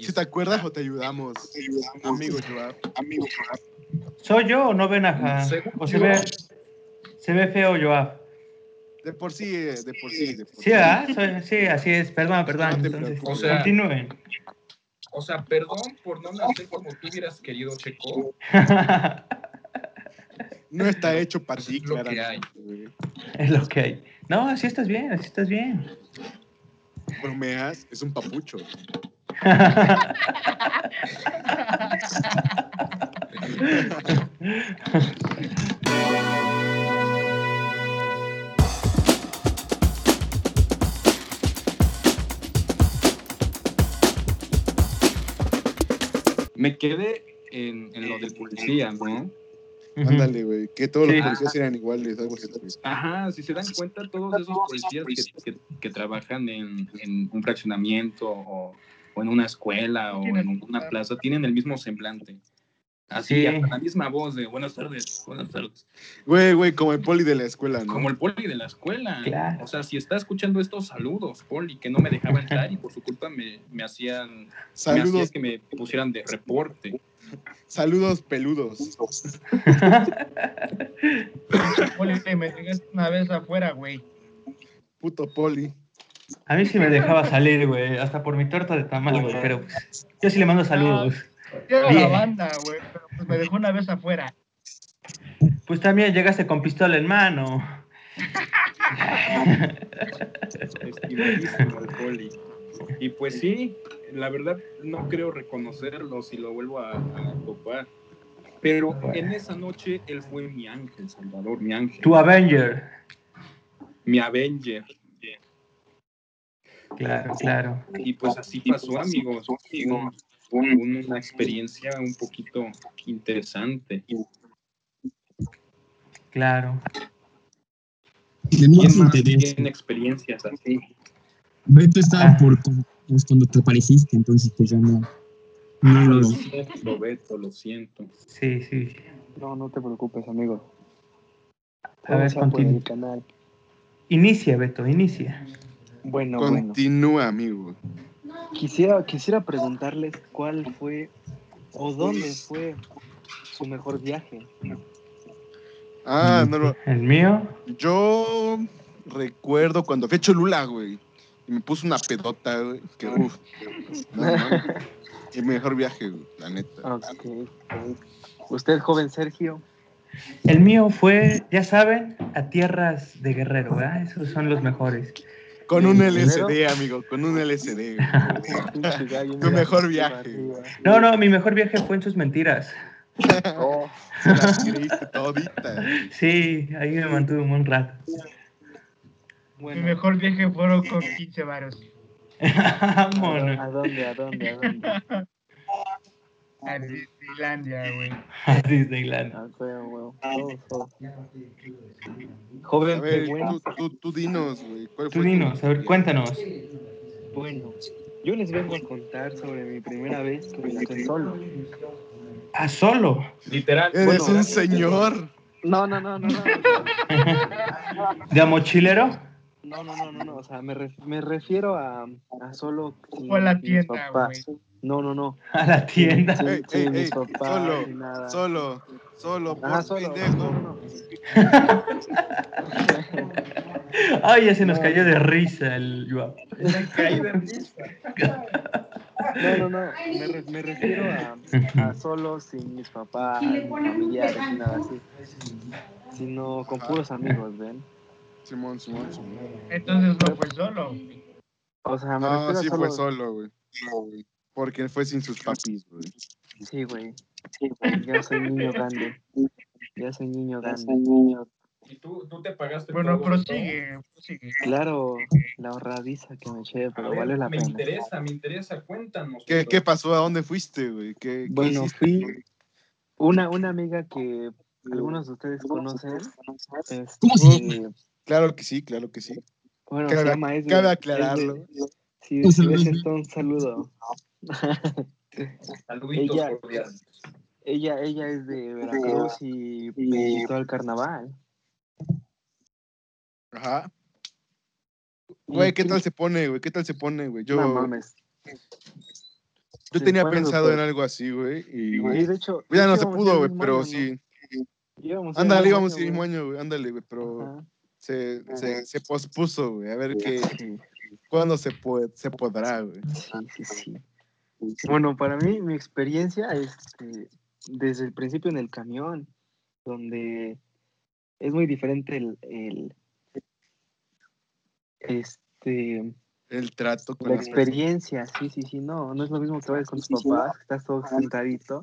Si te acuerdas o te ayudamos, te ayudamos amigo Joab. Amigo Joab. ¿Soy yo o no ven acá? ¿O se ve, se ve feo Joab? De por sí, eh, de por sí. De por sí, ¿ah? Soy- sí, así es. Perdón, perdón. te Entonces, preocupes. O sea- continúen. O sea, perdón por no nacer como tú hubieras querido, Checo. No está hecho para Pues ti, es lo que claramente, güey. es lo que hay. No, así estás bien, así estás bien. Bromeas, es un papucho. Me quedé en, en lo del policía, ¿no? Ujú. Ándale, güey. Que todos Sí. los policías eran iguales, algo así. güey. Ajá, si se dan cuenta, todos esos policías que, que- que trabajan en, en un fraccionamiento o, o en una escuela o en una plaza tienen el mismo semblante. Así, Sí. hasta la misma voz de buenas tardes, buenas tardes. Güey, güey, como el poli de la escuela, ¿no? Como el poli de la escuela. Claro. O sea, si está escuchando estos saludos, poli, que no me dejaba entrar y por su culpa me, me hacían me hacía Saludos, que me pusieran de reporte. saludos peludos. Ole, me dejaste una vez afuera, güey. Puto poli. A mí sí me dejaba salir, güey, hasta por mi torta de tamal, güey, pero pues, yo sí le mando saludos. Llega la Bien. banda, güey, pero pues me dejó una vez afuera. Pues también llegaste con pistola en mano. Estimadísimo el poli. Y pues sí, la verdad no creo reconocerlo si lo vuelvo a, a topar. Pero en esa noche él fue mi ángel, Salvador, mi ángel, Tu Avenger. mi Avenger. Claro, claro. Y pues así pasó, amigos. Un- un- una experiencia un poquito interesante. Claro. ¿Quién más ¿Quién más interesa? tiene experiencias así? Beto estaba Ah. por con- pues, cuando te apareciste, entonces pues ya no. No Lo lo. siento, Beto, lo siento. Sí, sí. No, no te preocupes, amigo. A ver, Vamos a por el continúa. canal. Inicia, Beto, inicia. Bueno, bueno. Continúa, amigo. Quisiera, quisiera preguntarles cuál fue o dónde fue su mejor viaje. Ah, no lo. El mío. Yo recuerdo cuando fui a Cholula, güey. Y me puso una pedota, güey. Que uff. No, no. Y mejor viaje, güey, la Ah, neta. Ok. Usted, joven Sergio, El mío fue, ya saben, a tierras de guerrero, ¿verdad? Esos son los mejores. Con un ¿Primero? LSD, amigo. Con un LSD, güey. pinche gallo, Tu mira, mejor arriba, viaje. arriba. No, no, mi mejor viaje fue en sus mentiras. Oh, Se la creíste todita. Sí, ahí me mantuve un buen rato. Mi bueno, mejor viaje fueron con 15 varos. Vámonos. ¿a dónde, a dónde, a dónde? A Disneylandia, güey. A Disneyland. Ah, huevo, huevo. Oh, oh. A Joven, ver, qué bueno. tú, tú, tú dinos, güey. ¿Cuál Tú fue tu- dinos, a ver, cuéntanos. Bueno, yo les vengo a contar sobre mi primera vez que viajé solo. A solo. Literal, Eres Bueno, un señor. No, no, no, no, no. ¿De a mochilero? No, no, no, no, no, O sea, me, ref- me refiero a, a solo. sin- Fue a la sin mis tienda, papás. No, no, no. A la tienda. Sin, Ey, sin ey, mis ey, papás, solo, ni nada. Solo, solo, por Ah, solo. No, pendejo. no, no. Ay, ya se nos cayó de risa el Joab. No, no, no. Me, re- me refiero a, a solo sin mis papás, Y le ni ponen un familiares, pedazo. ni nada así. Sino con puros amigos, ¿ven? Simón, Simón, Simón. Entonces no fue solo. O sea, me No, refiero sí a solo. fue solo, güey. No, güey. Porque fue sin sus papis, güey. Sí, güey. Sí, güey. Ya soy niño grande. Ya soy niño grande. Y tú, tú te pagaste Bueno, todo, prosigue, prosigue. Claro, la ahorradiza que me eché, ¿no? A pero ver, vale la me pena. interesa, me interesa, cuéntanos. ¿Qué, Beto. qué pasó? ¿A dónde fuiste, güey? ¿Qué, qué Bueno, hiciste? fui una, una amiga que algunos de ustedes conocen. este, ¿Cómo se llama? Claro que sí, claro que sí. Bueno, se Cabe- llama Esme. Cabe aclararlo. Esme. Si, Un si saludo, ves Esme. esto, un saludo. Saluditos Ella- cordiales. Ella, ella es de Veracruz y me invitó al carnaval. Ajá. Y Güey, ¿qué tú- tal se pone, güey? ¿Qué tal se pone, güey? Yo, No mames. Yo Sí, tenía bueno, pensado pero- en algo así, güey. Y, Y güey, de hecho. ya no íbamos se a ir pudo, al güey, mismo pero año, sí. ¿no? Íbamos a ir al Ándale, mismo íbamos a ir año, mismo güey. año, güey. Ándale, güey, pero Ajá. se, se, se pospuso, güey. A ver qué. ¿Cuándo se, puede, se podrá, güey? Sí, sí, sí. Bueno, para mí, mi experiencia es eh, desde el principio en el camión, donde es muy diferente el. el- este, El trato con la las personas. experiencia, sí, sí, sí, no, no es lo mismo que vayas con tus papás, que estás todo sentadito,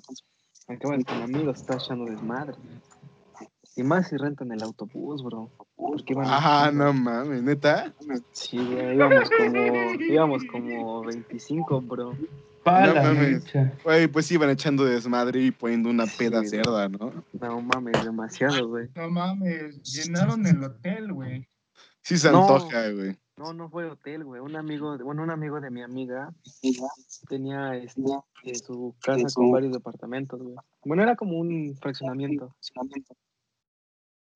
acabas con amigos, estás echando desmadre. Y más si rentan el autobús, bro. Porque iban Ajá, no mames, neta. Sí, güey, íbamos como, íbamos como 25, bro. Pa' No la mames. mecha. Güey, pues iban echando desmadre y poniendo una peda güey. cerda, ¿no? No mames, demasiado, güey. No mames, llenaron el hotel, güey. Sí se No. antoja, güey. No, no fue hotel, güey. Un amigo, de- bueno, un amigo de mi amiga tenía este, eh, su casa con varios departamentos, güey. Bueno, era como un fraccionamiento.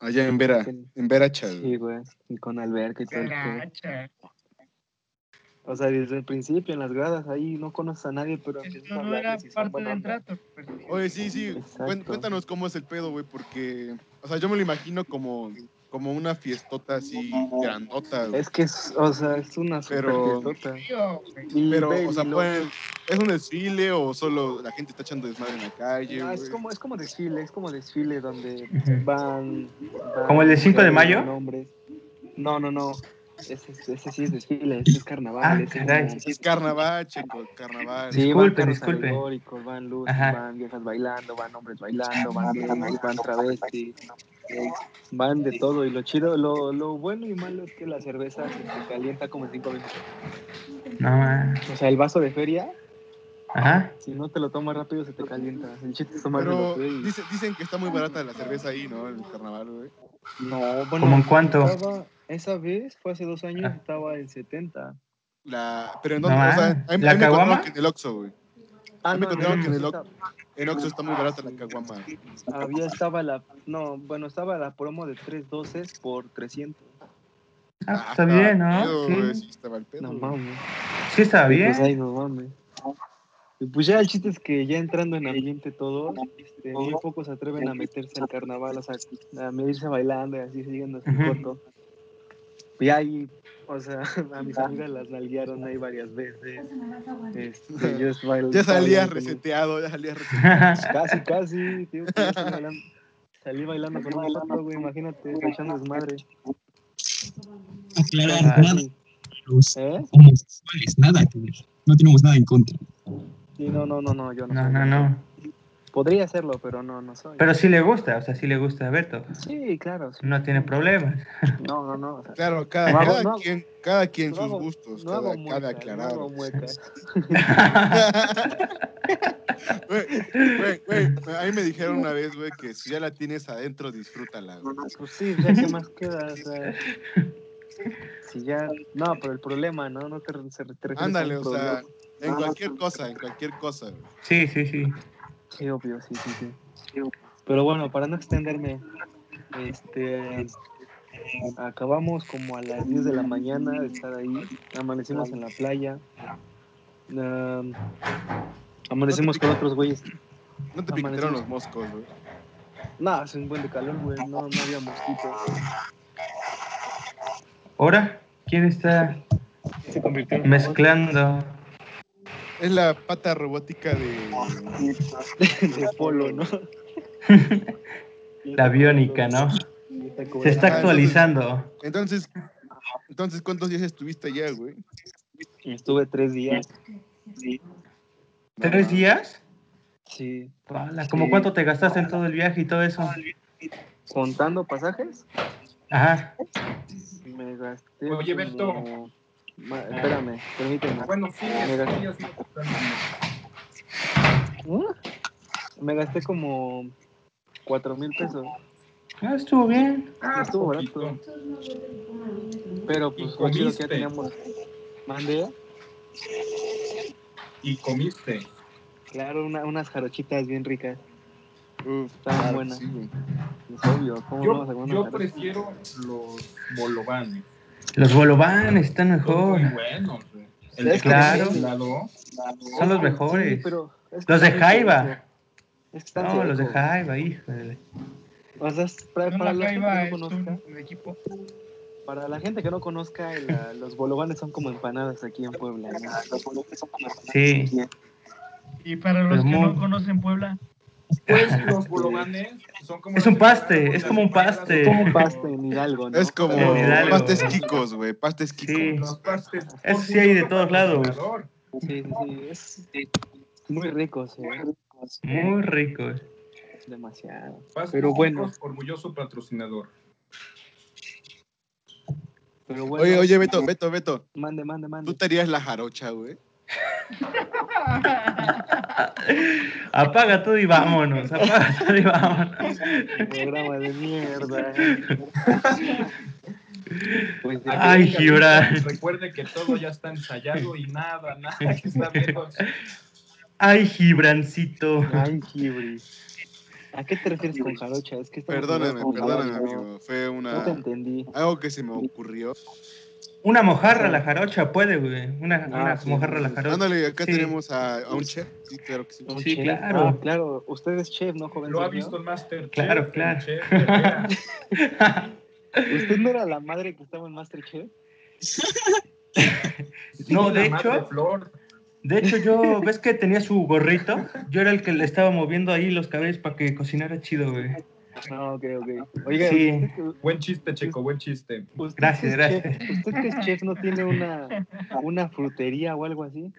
Allá en Vera, Ten- en Veracha, güey. Sí, güey. Y con alberca y todo el pedo. Caracha. O sea, desde el principio, en las gradas, ahí no conoces a nadie, pero empiezas a Esto no era hablarles y son parte buena del onda. trato. pues, sí. Oye, sí, sí. Exacto. cuen- Cuéntanos cómo es el pedo, güey, porque. O sea, yo me lo imagino como, como una fiestota así grandota, güey. Es que, es, o sea, es una super Pero- fiestota. Tío, güey. Y, Pero, ve, o sea, y lo- pueden- ¿es un desfile o solo la gente está echando desmadre en la calle? No, es güey? como, es como desfile, es como desfile donde Ujú. van. van ¿Como el de 5 de mujeres, mayo? van hombres. No, no, no. Ese, ese sí es desfile, ese es carnaval. Ah, ese caray. como- Es carnaval, chicos, carnaval. Sí, Disculpen, van carros disculpen. alegóricos, van luces, Ajá. van viejas bailando, van hombres bailando, van gays, van travestis, van de todo. Y lo chido, lo, lo bueno y malo es que la cerveza se te calienta como en 5 minutos. No mames. O sea, el vaso de feria, Ajá. si no te lo tomas rápido, se te calienta. El chiste es tomármelo Pero frío y- dice- dicen que está muy barata la cerveza ahí, ¿no? En el carnaval, güey. No, bueno. ¿Cómo en cuánto? Estaba- esa vez, fue hace dos años, Ah. estaba en 70. La, pero en No dónde, o sea, mames. a mí- a mí ¿La me contaron caguama? que en el Oxxo, güey. Ah, Yo me no, encontraba que en el sí Oc- En Oxxo está muy barata la Ah, caguama. pues estaba- Había, estaba la, no, bueno, estaba la promo de 312 por 300. pues, Ah, está bien, pedo, ¿no? güey, Sí. sí, estaba el pedo. No güey. mames. Sí, está Y bien. Pues ay, no mames. Y pues ya el chiste es que ya entrando en ambiente todo, este, muy pocos se atreven a meterse al carnaval, o sea, a medirse bailando y así siguiendo su Ujú. corto. Y ahí, o sea, a mis amigas las nalguearon ahí varias veces. Este, yo estaba bailando Ya salías con ellas. reseteado, ya salías reseteado. Casi, casi, tío, que yo salí bailando, salí bailando con un vato, güey, imagínate, echando desmadre. Aclarar Ah, nada Sí, de los ¿Eh? homosexuales, nada que ver. No tenemos nada en contra. Sí, no, no, no, no, yo no. No, soy, no, no. Podría hacerlo, pero no, no soy. Pero sí le gusta, o sea, sí le gusta a Beto. Sí, claro, sí. No tiene problemas. No, no, no, o sea, Claro, cada, No hago- cada no hago- quien, cada quien no sus hago- gustos, no cada, hago cada muecas, no Pues, aclarado. hago muecas. Güey, güey, güey, a mí me dijeron una vez, güey, que si ya la tienes adentro, disfrútala, güey. Pues sí, o sea, ¿qué más queda? O sea, si ya, no, pero el problema, ¿no? No te, re- se, te refieres a un Ándale, o sea, problema. en cualquier cosa, en cualquier cosa, güey. Sí, sí, sí. Sí, obvio, sí, sí, sí. Pero bueno, para no extenderme, este, acabamos como a las 10 de la mañana de estar ahí, amanecimos en la playa, am, amanecimos con otros güeyes. No te Amanecimos. piquetearon los moscos, güey. No, hace un buen de calor, güey, no, no había mosquitos. ¿Ahora? ¿Quién está Se convirtió en mezclando? Es la pata robótica de. de polo, ¿no? La biónica, ¿no? Se está actualizando. Entonces, entonces, ¿cuántos días estuviste allá, güey? Estuve tres días. No, ¿Tres no. días? Sí. Pala, ¿Cómo Sí. cuánto te gastaste en todo el viaje y todo eso? Contando pasajes, Ajá. me gasté. Oye, Beto. como- Ma- espérame, permíteme. Bueno, sí, Me gasté- sí, sí, sí. ¿Ah? Me gasté como cuatro mil pesos. Ah, estuvo bien. Ah, Estuvo poquito. barato. Pero ¿Y pues lo chido que ya comiste? teníamos. Mandé, Y comiste. claro, una- unas jarochitas bien ricas. Uf, Estaban claro, buenas. sí, güey. Es obvio, ¿cómo no vas Ah, a Yo, comer yo una jarocha? prefiero los bolobanes. Los bolobán están Son mejor. muy buenos. güey. El de Claro. lado. Son los mejores. Sí, pero es que Los de está bien Jaiba. cerca. Es que están No, los de cerca. Jaiba, híjole. O sea, es- para, No, para la la gente Jaiba que es no conozca, un, un equipo. para la gente que no conozca la- los bolobanes son como empanadas aquí en Puebla. ¿no? Ah, Sí. Y para los Pero que muy- no conocen Puebla, Pues los bolovanes son como. Es un las paste, empanadas, es las como un empanadas, paste. pero- Como un paste en Hidalgo, ¿no? pues, Es como En Hidalgo. pastes quicos, güey. Pastes quicos. Sí. Los pastes. Eso sí hay de todos lados. Sí, sí, sí, es muy rico, sí, Muy rico. demasiado. Pero Pero bueno. bueno. Orgulloso patrocinador. Pero bueno, Oye, oye, Beto, Beto, Beto. mande, mande, mande. ¿Tú te harías la jarocha, güey? Apaga todo y vámonos. Apaga todo y vámonos. Programa de mierda. Pues ya. Ay, Aquel que Gibran. avisa, Recuerde que todo ya está ensayado y nada, nada que está viendo. Ay, Gibrancito. Ay, Jibri. ¿A qué te refieres con jarocha? Es que estamos Perdóname, hablando con perdóname, jarocha. amigo. Fue No te una. entendí. Algo que se me ocurrió. Una mojarra a la jarocha puede, güey. Una, Ah, una sí, mojarra a la sí. jarocha. Ándale, acá Sí. tenemos a, a un chef. Sí, claro que sí. Un Sí, chef. claro. Ah, claro. Usted es chef, ¿no, joven? Lo ha señor? visto el Master. Claro, claro. ¿Usted no era la madre que estaba en Masterchef? No, de hecho, Flor. de hecho yo, ¿ves que tenía su gorrito? Yo era el que le estaba moviendo ahí los cabellos para que cocinara chido, güey. No, ok, ok. Oiga, Sí. usted, que- Buen chiste, Checo, buen chiste. usted Gracias, que es chef- usted que es chef no tiene una, una frutería o algo así.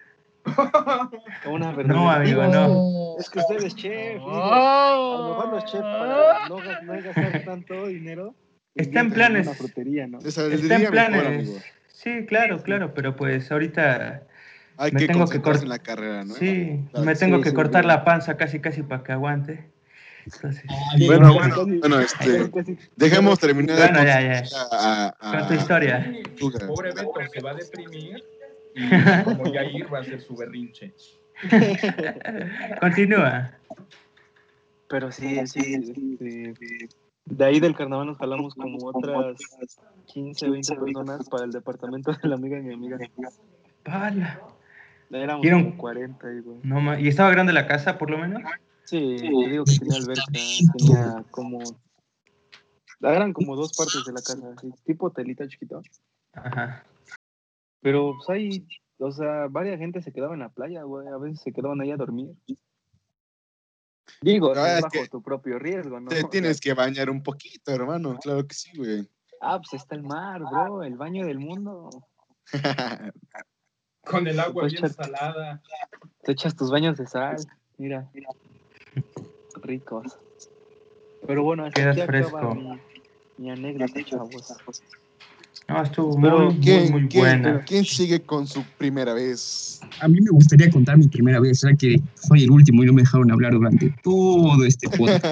O una No, verdulería. amigo, no. Es que usted es chef. digo, a lo mejor los chefs para Oh. no, ga- no gastar tanto dinero. Está en invierten planes. Una frutería, ¿no? Le saldría Está en mejor, planes. amigo. Sí, claro, claro, pero pues ahorita Hay Me que tengo que concentrarse cort- en la carrera, ¿no? Sí, Claro me que tengo sí, que sí, cortar claro. la panza casi, casi para que aguante. Entonces, Ah, Bueno, Casi, bueno, casi- bueno, casi, este. casi- Dejemos terminar bueno, con- ya, ya. a, a- Con tu historia. Tuga. Pobre Beto, se va a deprimir. Y como Yair va a hacer su berrinche. Continúa. Pero sí, sí, este, De ahí del carnaval nos jalamos como otras 15, 20 personas para el departamento de la amiga de mi amiga. Pala. Éramos ¿Vieron? como 40, ahí, güey. No ma- ¿Y estaba grande la casa, por lo menos? Sí, te digo que tenía alberca, tenía como... Eran como dos partes de la casa, así, tipo telita chiquito. Ajá. Pero pues ahí, o sea, varias gente se quedaba en la playa, güey. A veces se quedaban ahí a dormir. Digo, Ah, es es bajo que tu propio riesgo, ¿no? Te tienes que bañar un poquito, hermano. Claro que sí, güey. Ah, pues está el mar, bro, el baño del mundo. Con el agua Pues, bien chat. salada. Te echas tus baños de sal. Mira, mira. Ricos. Pero bueno, hasta Quedas aquí fresco. acaba mi, mi anécdota, chavos. No, estuvo Pero, muy, muy, ¿Quién, muy quién- buena. quién sigue con su primera vez? A mí me gustaría contar mi primera vez, ya que soy el último y no me dejaron hablar durante todo este podcast.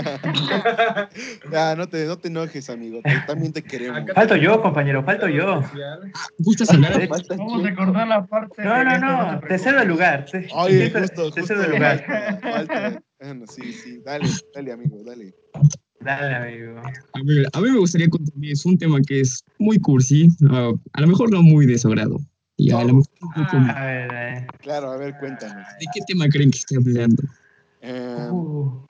Ya, no te, no te enojes, amigo. te- también te queremos. Acá Falto yo, compañero, falto yo. Especial. ¿Gustas hablar? De- Falta Vamos a Checo. cortar la parte. No, de no, esto, no. te Te cedo el lugar. Te, Oye, te cedo- justo, te justo. cedo el lugar. falta, falta. Bueno, sí, sí. Dale, dale, amigo, dale. Dale, amigo. A ver, a mí me gustaría contar, es un tema que es muy cursi, ah, a lo mejor no muy desagrado. Y a lo mejor un poco- A ver, eh. Claro, a ver, cuéntanos. ¿De qué tema creen que estoy hablando? Eh, Uh,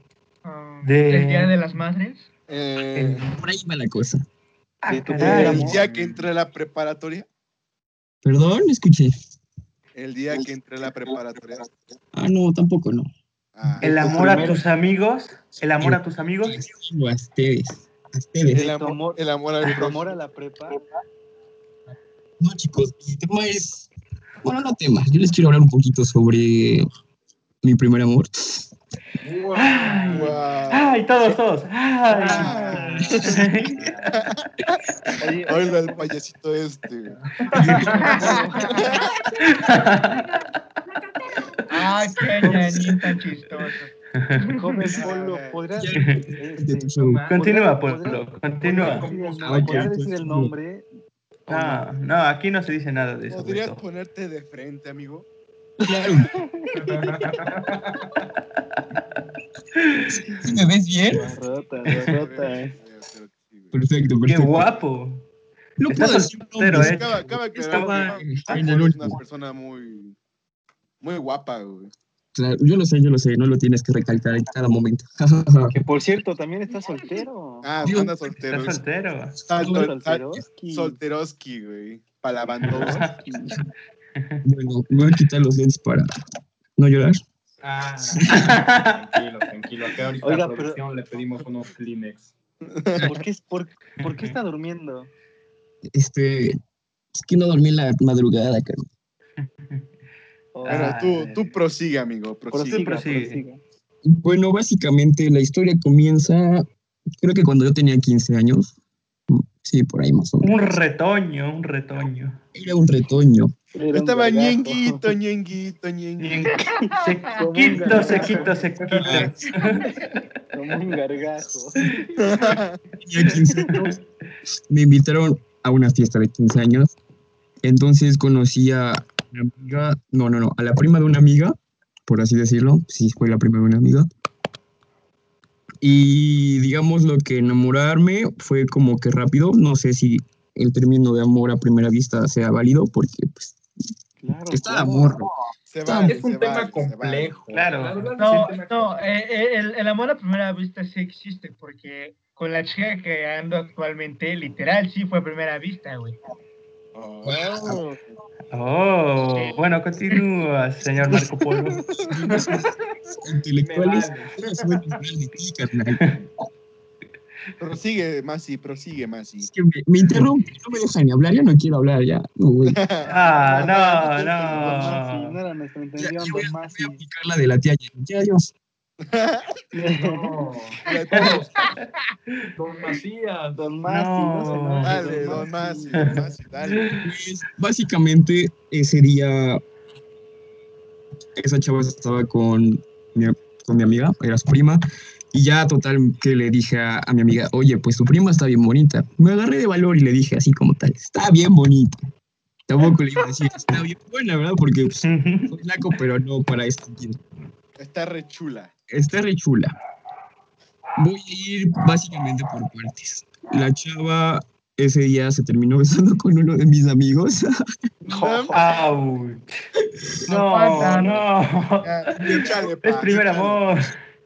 Ah, De- El Día de las Madres. eh, Por ahí va la cosa. ah, De tu caray. el día que entré a la preparatoria. Perdón, no escuché. El día que entré a la preparatoria. Ah, no, tampoco no. ah, El tu amor a primera- tus amigos. El amor a tus amigos. Les Ah, digo a ustedes, a ustedes. el tu amor, amor- el amor al De tu amor prójimo. a la prepa. No, chicos, mi tema es. Bueno, no tema. Yo les quiero hablar un poquito sobre mi primer amor. Ay, Guau. ay, todos, todos. Ay. Ah. Oye, Oílo el payasito este. güey. Ay, qué ñañín tan chistoso. joven Polo, ¿podría, Ya, este, de tu show. Continúa, ¿podría- Pueblo, podría continúa. decir el Ah, nombre? ya. ¿Podría decir el nombre? No, no, aquí no se dice nada de eso. ¿Podrías Beto. ponerte de frente, amigo? Claro, ¿sí ¿me ves bien? Barrota, Creo barrota. que sí, güey. Perfecto, Qué perfecto. guapo. No Estás puedo decir soltero, nombres. ¿eh? Cabe, cabe aclarar Estaba- que Juanjo en es el una último. persona muy, muy guapa, güey. Claro, yo lo sé, yo lo sé, no lo tienes que recalcar en cada momento. Que por cierto, también está soltero. Ah, Dios. anda Estás soltero. soltero. Saludos Salto- al sal- Feroski. Solteroski, güey. Palabandowski. bueno, me voy a quitar los lentes para no llorar. Ah, tranquilo, tranquilo. Acá ahorita Oiga, a pero- producción le pedimos unos Kleenex. ¿Por qué, por, por qué está durmiendo? Este, es que no dormí en la madrugada, cara. Oh, Bueno, Ah, tú, tú prosigue, amigo. Prosigue. prosiga, prosigue. prosiga. Bueno, básicamente la historia comienza, creo que cuando yo tenía 15 años. mm, Sí, por ahí más o menos. Un retoño, un retoño. Era un retoño. Era un Estaba vergazo. ñenguito, ñenguito, ñenguito. Bien. Sequito, sequito, sequito. Como un gargajo. Tenía 15 años. Me invitaron a una fiesta de 15 años. Entonces conocí a una amiga, no, no, no, a la prima de una amiga, por así decirlo. Sí, fue la prima de una amiga. Y digamos lo que enamorarme fue como que rápido. No sé si el término de amor a primera vista sea válido, porque pues, Claro, está el claro. amor. Se Está- vale, Es un se tema vale, se vale. complejo. Claro. La verdad, No, es un tema no, eh, eh, el, el amor a primera vista sí existe, porque con la chica que ando actualmente, literal, sí fue a primera vista, güey. Oh. Oh, bueno, continúa, señor Marco Polo. Intelectuales. vale. Eres muy normal de ti, carnal. Prosigue, Masi, prosigue, Masi. Es que me, me interrumpe, no me dejan ni hablar, ya no quiero hablar, ya. No, güey. Ah, Masi, no, no no. era nuestro Ya, entendido, ya voy, a, voy Masi. a aplicar la de la tía Jenny. Ya, adiós. No. Ya todos, Don Macías. Don Masi, no, se No. enoje, Dale, don Masi, don Masi, dale. Pues, básicamente ese día esa chava estaba con mi, con mi amiga, era su prima, y ya total que le dije a, a mi amiga, oye, pues tu prima está bien bonita. Me agarré de valor y le dije así como tal, está bien bonita. Tampoco le iba a decir, está bien buena, ¿verdad? Porque pues, soy flaco, pero no para este tiempo. Está re chula. Está re chula. Voy a ir básicamente por partes. La chava ese día se terminó besando con uno de mis amigos. Ouch. No, no. Chale, Es pa. primer amor.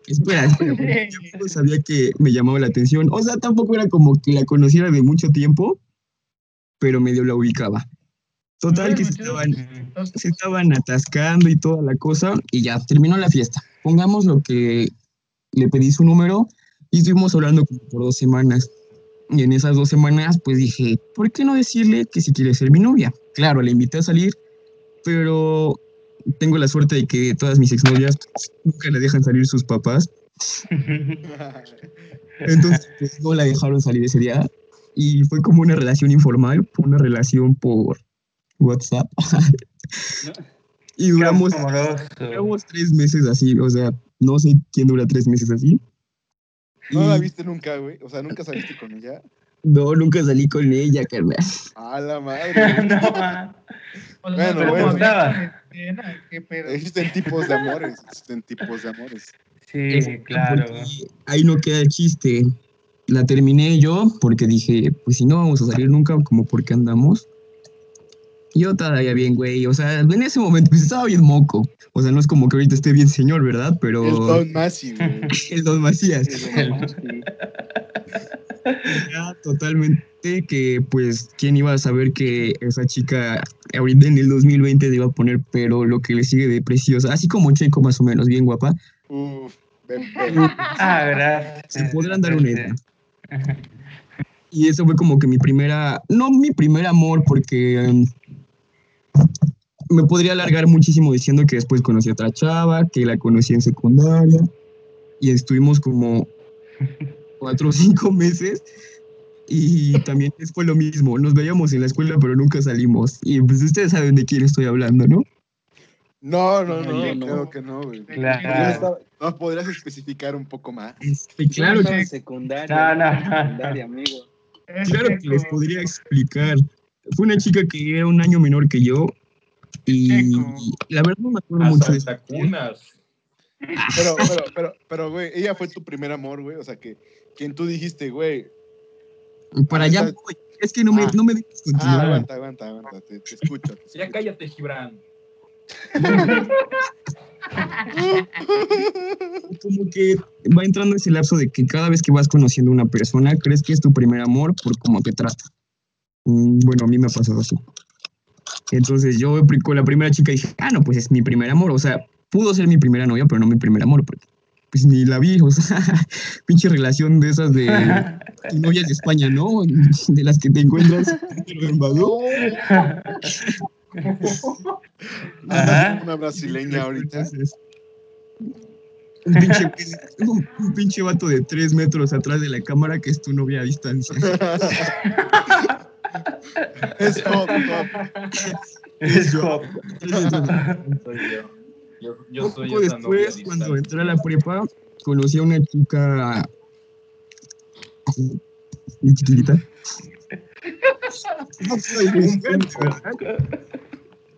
Espera, espera, porque yo tampoco sabía que me llamaba la atención. O sea, tampoco era como que la conociera de mucho tiempo, pero medio la ubicaba. Total, que se estaban, se estaban atascando y toda la cosa, y ya terminó la fiesta. Pongamos lo que le pedí su número y estuvimos hablando como por dos semanas. Y en esas dos semanas, pues dije, ¿por qué no decirle que si quiere ser mi novia? Claro, le invité a salir, pero tengo la suerte de que todas mis exnovias nunca le dejan salir sus papás. Entonces, pues, no la dejaron salir ese día. Y fue como una relación informal, fue una relación por WhatsApp. y duramos, Amoroso. duramos tres meses así, o sea, no sé quién dura tres meses así. No la Y viste nunca, güey. O sea, nunca saliste con ella. no, nunca salí con ella, carnal. A la madre. No, ma. O Bueno, pero bueno. como estaba en escena, qué pedo. Existen tipos de amores. Existen tipos de amores. Sí, claro. Porque Ahí no queda el chiste. La terminé yo porque dije, pues si no vamos a salir nunca, como porque andamos. Yo todavía bien, güey. O sea, en ese momento pues, estaba bien moco. O sea, no es como que ahorita esté bien señor, ¿verdad? Pero El Don Masi, güey. el don Macías. Don Masi. Ya totalmente que, pues, ¿quién iba a saber que esa chica ahorita en el 2020 le iba a poner, pero lo que le sigue de preciosa, así como Checo más o menos, bien guapa, Uf, ven, ven. Ah, gracias. se Eh, podrán dar una idea. Y eso fue como que mi primera, no mi primer amor, porque em, me podría alargar muchísimo diciendo que después conocí a otra chava, que la conocí en secundaria, y estuvimos como cuatro o cinco meses. Y también fue lo mismo, nos veíamos en la escuela, pero nunca salimos. Y pues ustedes saben de quién estoy hablando, ¿no? No, no, No, no, yo no. claro que no, güey. Claro. ¿No podrías especificar un poco más? Este, claro, Estaba que, en secundaria. No, no. secundaria, amigo. Es claro que les Checo, podría explicar. Fue una chica que era un año menor que yo. Y Checo. la verdad no me acuerdo Ah, mucho Hasta de tacunas. Pero, pero, pero, pero, güey, ella fue tu primer amor, güey. O sea, que quien tú dijiste, güey, Para Ah, allá está- voy. es que no me, Ah. no me dejes Ah, continuar. aguanta, aguanta, aguanta. Te, te escucho. te Ya escucho. cállate, Gibran. como que va entrando ese lapso de que cada vez que vas conociendo a una persona, crees que es tu primer amor por cómo te trata. Mm, Bueno, a mí me ha pasado así. Entonces yo pri- con la primera chica dije, ah, no, pues es mi primer amor. O sea, pudo ser mi primera novia, pero no mi primer amor, porque pues ni la vi, o sea, pinche relación de esas de, de novias de España, ¿no? De las que te encuentras en el Badoo. Andas Ajá. con una brasileña ahorita. Entonces, Un pinche, un- un pinche vato de tres metros atrás de la cámara que es tu novia a distancia. Es hot, hot. Es cop. Soy yo. Yo, yo Un soy poco esa novia después, cuando distante. entré a la prepa, conocí a una chica así, muy chiquitita. No soy un grande, ¿verdad?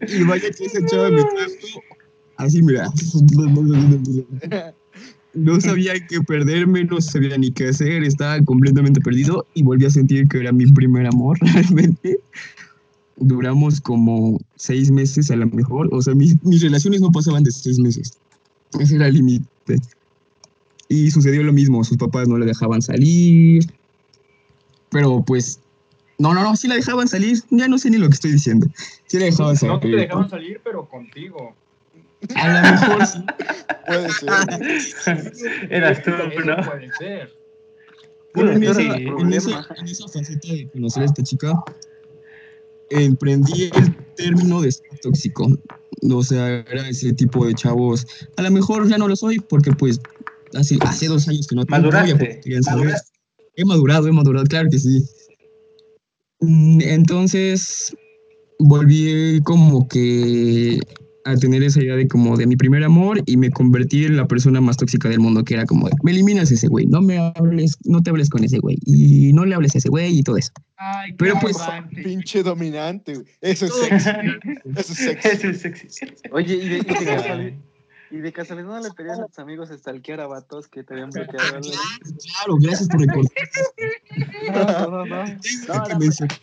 Y vaya que esa chava me trajo así, mira. No sabía qué perderme, no sabía ni qué hacer, estaba completamente perdido y volví a sentir que era mi primer amor realmente. Duramos como seis meses a lo mejor, o sea, mis, mis relaciones no pasaban de seis meses. Ese era el límite. Y sucedió lo mismo, sus papás no la dejaban salir, pero pues... No, no, no, sí la dejaban salir, ya no sé ni lo que estoy diciendo. Sí la dejaban salir. No te dejaban salir, pero contigo. A lo mejor sí. Puede ser. güey. Eras tú, Eso ¿no? puede ser. Pero en Bueno, esa, sí. en, esa, en esa faceta de conocer a esta chica, emprendí el término de ser tóxico. O sea, era ese tipo de chavos. A lo mejor ya no lo soy, porque pues hace, hace dos años que no tengo Maduraste. novia, porque querían saber. He madurado, he madurado, claro que sí. Mm, Entonces, volví como que a tener esa idea de como de mi primer amor y me convertí en la persona más tóxica del mundo, que era como, de, me eliminas ese güey, no me hables, no te hables con ese güey y no le hables a ese güey y todo eso. Ay, qué Pero pues- arrogante. Pinche dominante, güey. Eso es sexy. Eso es sexy. Eso es sexy. Oye, y de, y de casualidad. Y de casualidad no le pedías a tus amigos stalkear a vatos que te habían bloqueado. algo así? Claro, gracias por recordar. No, no, no. no. Tengo que mencionar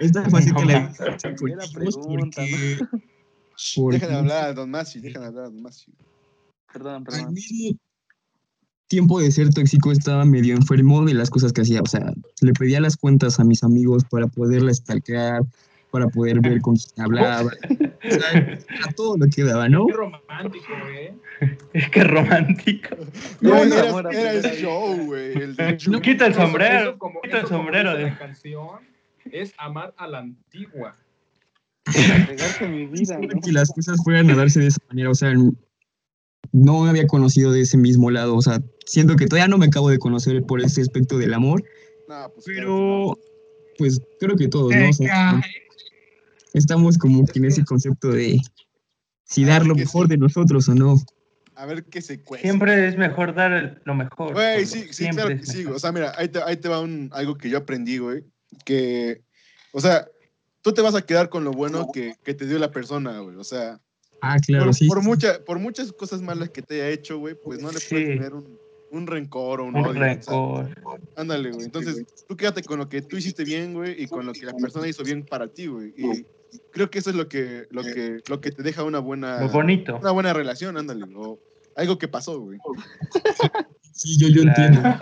esta faceta de la Era pregunta, porque, Dejen porque hablar a Don Masi, dejen hablar a Don Masi. Perdón, al perdón. mismo tiempo de ser tóxico estaba medio enfermo de las cosas que hacía. O sea, le pedía las cuentas a mis amigos para poderla stalkear, para poder ver con quién hablaba. O sea, a todo lo que daba, ¿no? Qué romántico, ¿eh? Qué romántico. No, Era era, amor a era el primera show, güey. El de No, quita el Eso- sombrero. eso como- Quita el eso como sombrero. dice de- La canción es amar a la antigua. Entregaste mi vida, ¿no? que las cosas fueran a darse de esa manera. O sea, no me había conocido de ese mismo lado. O sea, siento que todavía no me acabo de conocer por ese aspecto del amor, No, pues, claro pero pues creo que todos, ¿no? Te O sea, cae. estamos como que en ese concepto de si dar lo mejor de nosotros o no. que no. A ver qué se cuesta. Siempre es mejor dar el- lo mejor. Güey, gordo. sí, sí, Siempre claro es que sí. mejor. O sea, mira, ahí te, ahí te va un, algo que yo aprendí, güey. Que, o sea, tú te vas a quedar con lo bueno que, que te dio la persona, güey. O sea, Ah, claro, por, sí. por mucha, por muchas cosas malas que te haya hecho, güey, pues no le Sí. puedes tener un, un rencor o un, Un odio. o sea, rencor. ándale, güey. Entonces, tú quédate con lo que tú hiciste bien, güey, y con lo que la persona hizo bien para ti, güey. Y creo que eso es lo que, lo que, lo que te deja una buena, Lo bonito. una buena relación, ándale. O algo que pasó, güey. Sí, yo, yo Claro. entiendo.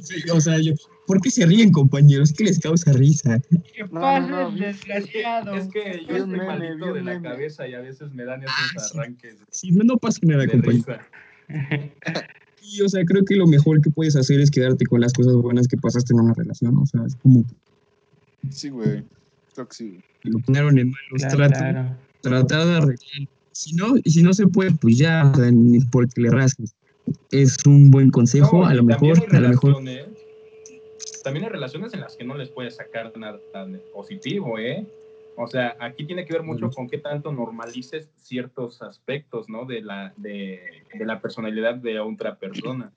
Sí, o sea, yo, ¿por qué se ríen, compañeros? ¿Qué les causa risa? ¿Qué no, pasa, no, vi- desgraciado? Es que yo Vi un estoy meme, vi malito un de la meme. cabeza y a veces me dan esos sí. arranques Sí, no, no pasa nada, de compañeros. risa. Y, o sea, creo que lo mejor que puedes hacer es quedarte con las cosas buenas que pasaste en una relación. O sea, es como que Sí, güey. Creo que sí, güey. lo ponieron en malos Claro, tratos, claro. tratar de arreglar. Si no, y si no se puede, pues ya, o sea, ni porque le rasques. Es un buen consejo, No, a y lo también mejor, hay a lo mejor. relaciones- También hay relaciones en las que no les puedes sacar nada tan positivo, ¿eh? O sea, aquí tiene que ver mucho con qué tanto normalices ciertos aspectos, ¿no? De la, de, de la personalidad de otra persona.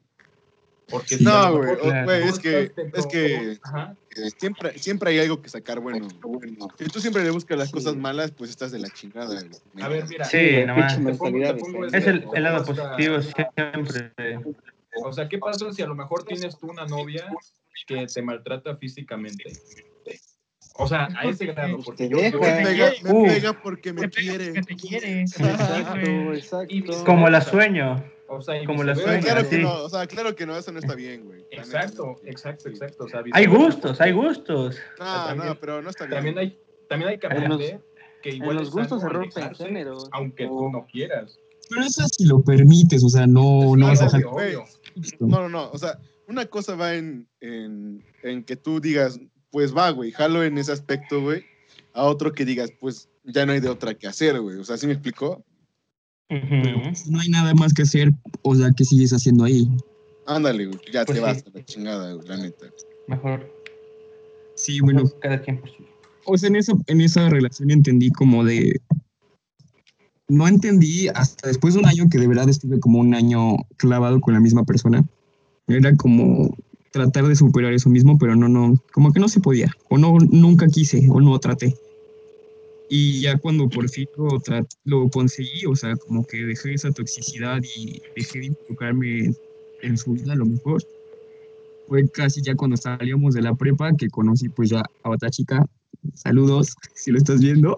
Porque si No, a lo güey, mejor o- Claro. güey, es que, tú estás es que dentro- Ajá. Eh, siempre, siempre hay algo que sacar bueno. güey. Si tú siempre le buscas las cosas malas, pues estás de la chingada, güey. A ver, mira. Sí, la nomás. pinche te pongo- te mentalidad pongo está Es ahí. el, el lado Hasta- positivo siempre. O sea, ¿qué pasa si a lo mejor tienes tú una novia que te maltrata físicamente. O sea, a ese grado. Porque Te yo, deja. yo- Me pega, me Uh. pega porque me Te pega quiere. porque te quiere. Exacto, Y- exacto. Como la sueño. o sea, y Como la Pero viceversa. sueña. claro que sí. no, o sea, claro que no, eso no está bien, güey. La neta, Exacto, no. exacto, exacto. o sea, Hay viceversa. gustos, hay gustos. No, También- no, pero no está bien. También hay, también hay que En los- aprender que igual En los es gustos se sano rompen alejarse, géneros. Oh. Aunque tú no quieras. Pero eso si lo permites, o sea, Pues Oh, no, no Sí, vas obvio. a dejar obvio. esto. No, no, no. O sea, una cosa va en, en, en que tú digas, pues va, güey, jalo en ese aspecto, güey. A otro que digas, pues ya no hay de otra que hacer, güey. O sea, ¿sí me explicó? No hay nada más que hacer, o sea, ¿qué sigues haciendo ahí? Ándale, güey, ya Pues sí. te vas a la chingada, güey, la neta. Mejor. pues, Sí, bueno, Cada quien por su. o sea, en esa, en esa relación entendí como de... No entendí hasta después de un año que de verdad estuve como un año clavado con la misma persona. Era como tratar de superar eso mismo, pero no, no, como que no se podía, o no, nunca quise, o no traté. Y ya cuando por fin lo, tra- lo conseguí, o sea, como que dejé esa toxicidad y dejé de involucrarme en su vida a lo mejor, fue casi ya cuando salíamos de la prepa que conocí pues ya a otra chica. Saludos, si lo estás viendo.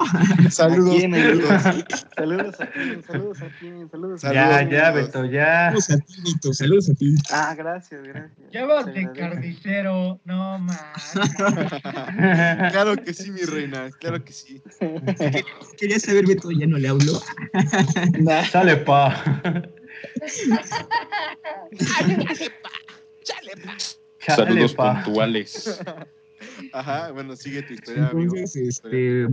Saludos. ¿A quién, saludos. Saludos a quién, saludos a quién, saludos a Saludos. Ya, quién. ya, Beto, ya. Saludos a ti, Vito, saludos a ti. Ah, gracias, gracias. Llévate, Se agradece. carnicero. No más. Claro que sí, mi reina, claro que sí. Quería saber, Beto, ya no le hablo. Nah, Sale, pa. Chale, Saludos pa. puntuales. Ajá, bueno, sigue tu historia, amigo. Entonces, este,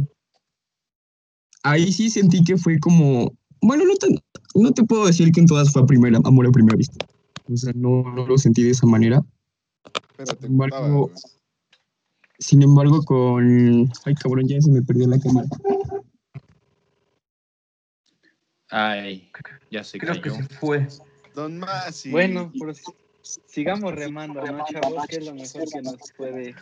ahí sí sentí que fue como, bueno, no te, no te puedo decir que en todas fue a primera, amor a primera vista. O sea, no, no lo sentí de esa manera. Pero te sin embargo, contaba, güey. Sin embargo, con... Ay, cabrón, ya se me perdió la cámara. Ay, ya se Creo que cayó. se fue. Don Masi. Bueno, pero si- sigamos remando, ¿no, chavos? Que es lo mejor que nos puede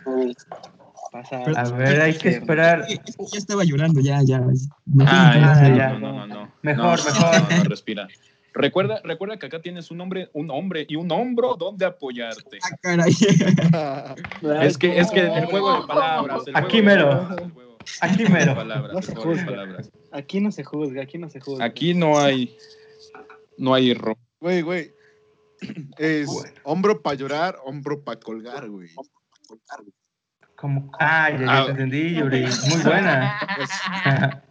pasar. A ver, hay que esperar. Eh, es que Ya estaba llorando, ya, ya. Me fui Ay, a- Ah, no, ya. no, no, no, no. Mejor, No, mejor. no, no, no, respira. Recuerda, recuerda que acá tienes un hombre, un hombre y un hombro donde apoyarte. Ah, caray. Es que, es que el juego de palabras. el juego Aquí de mero. palabras, el juego Aquí de mero. palabras, el juego de palabras. Aquí no se juzga, aquí no se juzga. Aquí no hay, no hay error. Güey, güey. Es Bueno. hombro para llorar, hombro para colgar, güey. Como, ah, ya, ya Ah. te entendí, Yuri. Muy buena.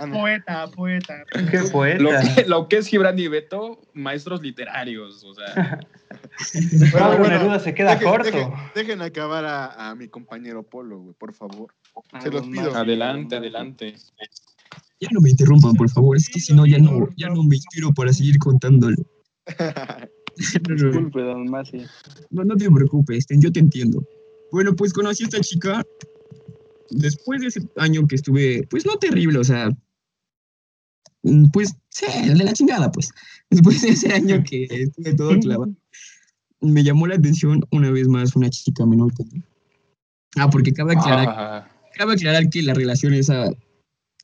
Ah, no. poeta, poeta. Qué Lo poeta. que, lo que es Gibran y Beto, maestros literarios, o sea, Bueno, Pablo bueno, Neruda se queda dejen- corto. Dejen, dejen acabar a, a mi compañero Polo, güey, por favor. Ah, se los don pido. Mario. adelante, adelante. Ah, Ya no me interrumpan, por favor. Es que si no, ya no, ya no me inspiro para seguir contándolo. No, no, no. Disculpe, don Masi. No, no te preocupes, te- yo te entiendo. Bueno, pues conocí a esta chica después de ese año que estuve, pues no terrible, o sea, mm, pues sí, de la chingada, pues. Después de ese año que estuve todo clavado, me llamó la atención una vez más una chica menor que yo. Ah, porque cabe aclarar, Ah, cabe aclarar que la relación esa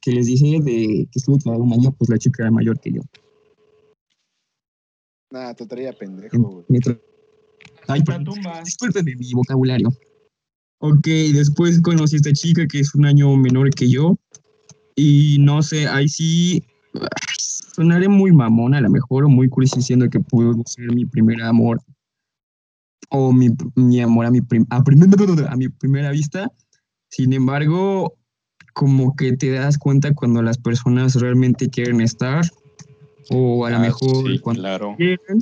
que les dije de que estuve clavado un año, pues la chica era mayor que yo. Nada, te traía pendejo, güey. Me tra- Ay, La perdón. tumba. Discúlpeme mi vocabulario. Ok, después conocí a esta chica que es un año menor que yo. Y no sé, ahí sí sonaré muy mamón a lo mejor o muy cursi diciendo que pudo ser mi primer amor o mi, mi amor a mi, prim- a, prim- a mi primera vista. Sin embargo, como que te das cuenta cuando las personas realmente quieren estar o a lo ah, mejor sí, cuando claro. quieren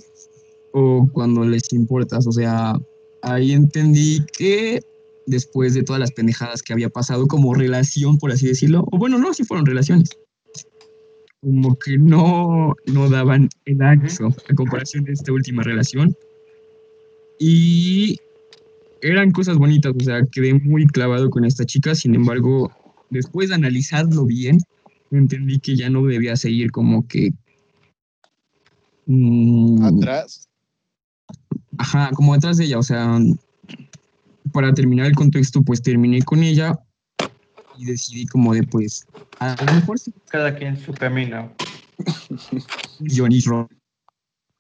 o cuando les importas. O sea, ahí entendí que después de todas las pendejadas que había pasado como relación, por así decirlo, o bueno, no, sí fueron relaciones, como que no, no daban el ancho a comparación de esta última relación. Y eran cosas bonitas, o sea, quedé muy clavado con esta chica, sin embargo, después de analizarlo bien, entendí que ya no debía seguir como que... mm, Atrás. Ajá, como atrás de ella, o sea, para terminar el contexto, pues terminé con ella y decidí como de, pues, a lo mejor sí, Cada quien su camino. Johnny Ro-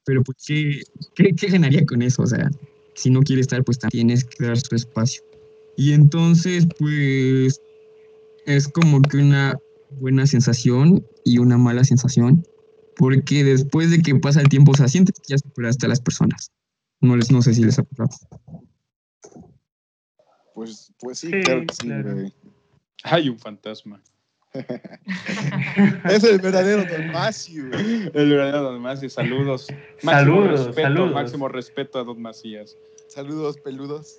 Pero pues, ¿qué, qué, qué ganaría con eso? O sea, si no quiere estar, pues tienes que dar su espacio. Y entonces, pues, es como que una buena sensación y una mala sensación, porque después de que pasa el tiempo, o sea, sientes que ya superaste a las personas. No, les, no sé si les ha pasado. Pues, pues sí, Sí, claro que sí, claro. güey. Hay un fantasma. Es el verdadero Don Macio, güey. El verdadero Don Macías, saludos. Saludos, respeto, saludos. Máximo respeto a Don Macías. Saludos peludos.